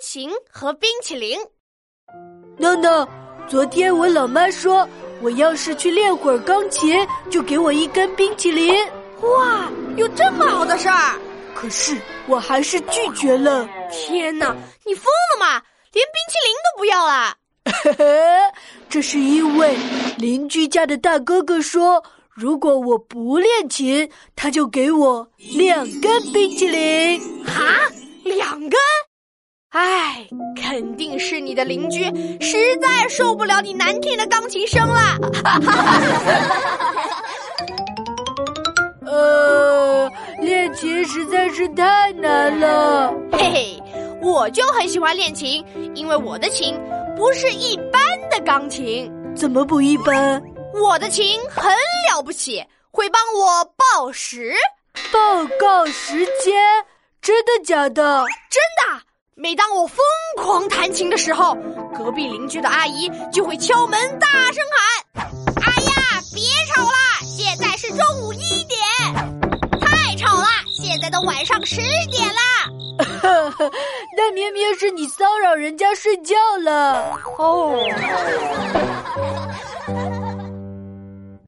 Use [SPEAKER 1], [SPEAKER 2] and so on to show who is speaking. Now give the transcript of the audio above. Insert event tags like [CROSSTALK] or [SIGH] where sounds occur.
[SPEAKER 1] 淇淋和冰淇淋。
[SPEAKER 2] 闹闹，昨天我老妈说，我要是去练会儿钢琴，就给我一根冰淇淋。
[SPEAKER 3] 哇，有这么好的事儿！
[SPEAKER 2] 可是我还是拒绝了。
[SPEAKER 1] 天哪，你疯了吗？连冰淇淋都不要啊啦！
[SPEAKER 2] [LAUGHS] 这是因为邻居家的大哥哥说，如果我不练琴，他就给我两根冰淇淋。
[SPEAKER 1] 哈，两根？唉，肯定是你的邻居实在受不了你难听的钢琴声 [LAUGHS] 啦。
[SPEAKER 2] 呃，练琴实在是太难了。
[SPEAKER 1] 嘿嘿，我就很喜欢练琴，因为我的琴不是一般的钢琴，
[SPEAKER 2] 怎么不一般？
[SPEAKER 1] 我的琴很了不起，会帮我报时。
[SPEAKER 2] 报告时间，真的假的？
[SPEAKER 1] 真的，每当我疯狂弹琴的时候，隔壁邻居的阿姨就会敲门大声喊：“哎呀，别吵啦！现在是中午一点，太吵啦！现在都晚上十点啦！”
[SPEAKER 2] [LAUGHS] 那明哦明是你骚扰人家睡觉了。
[SPEAKER 1] 哦。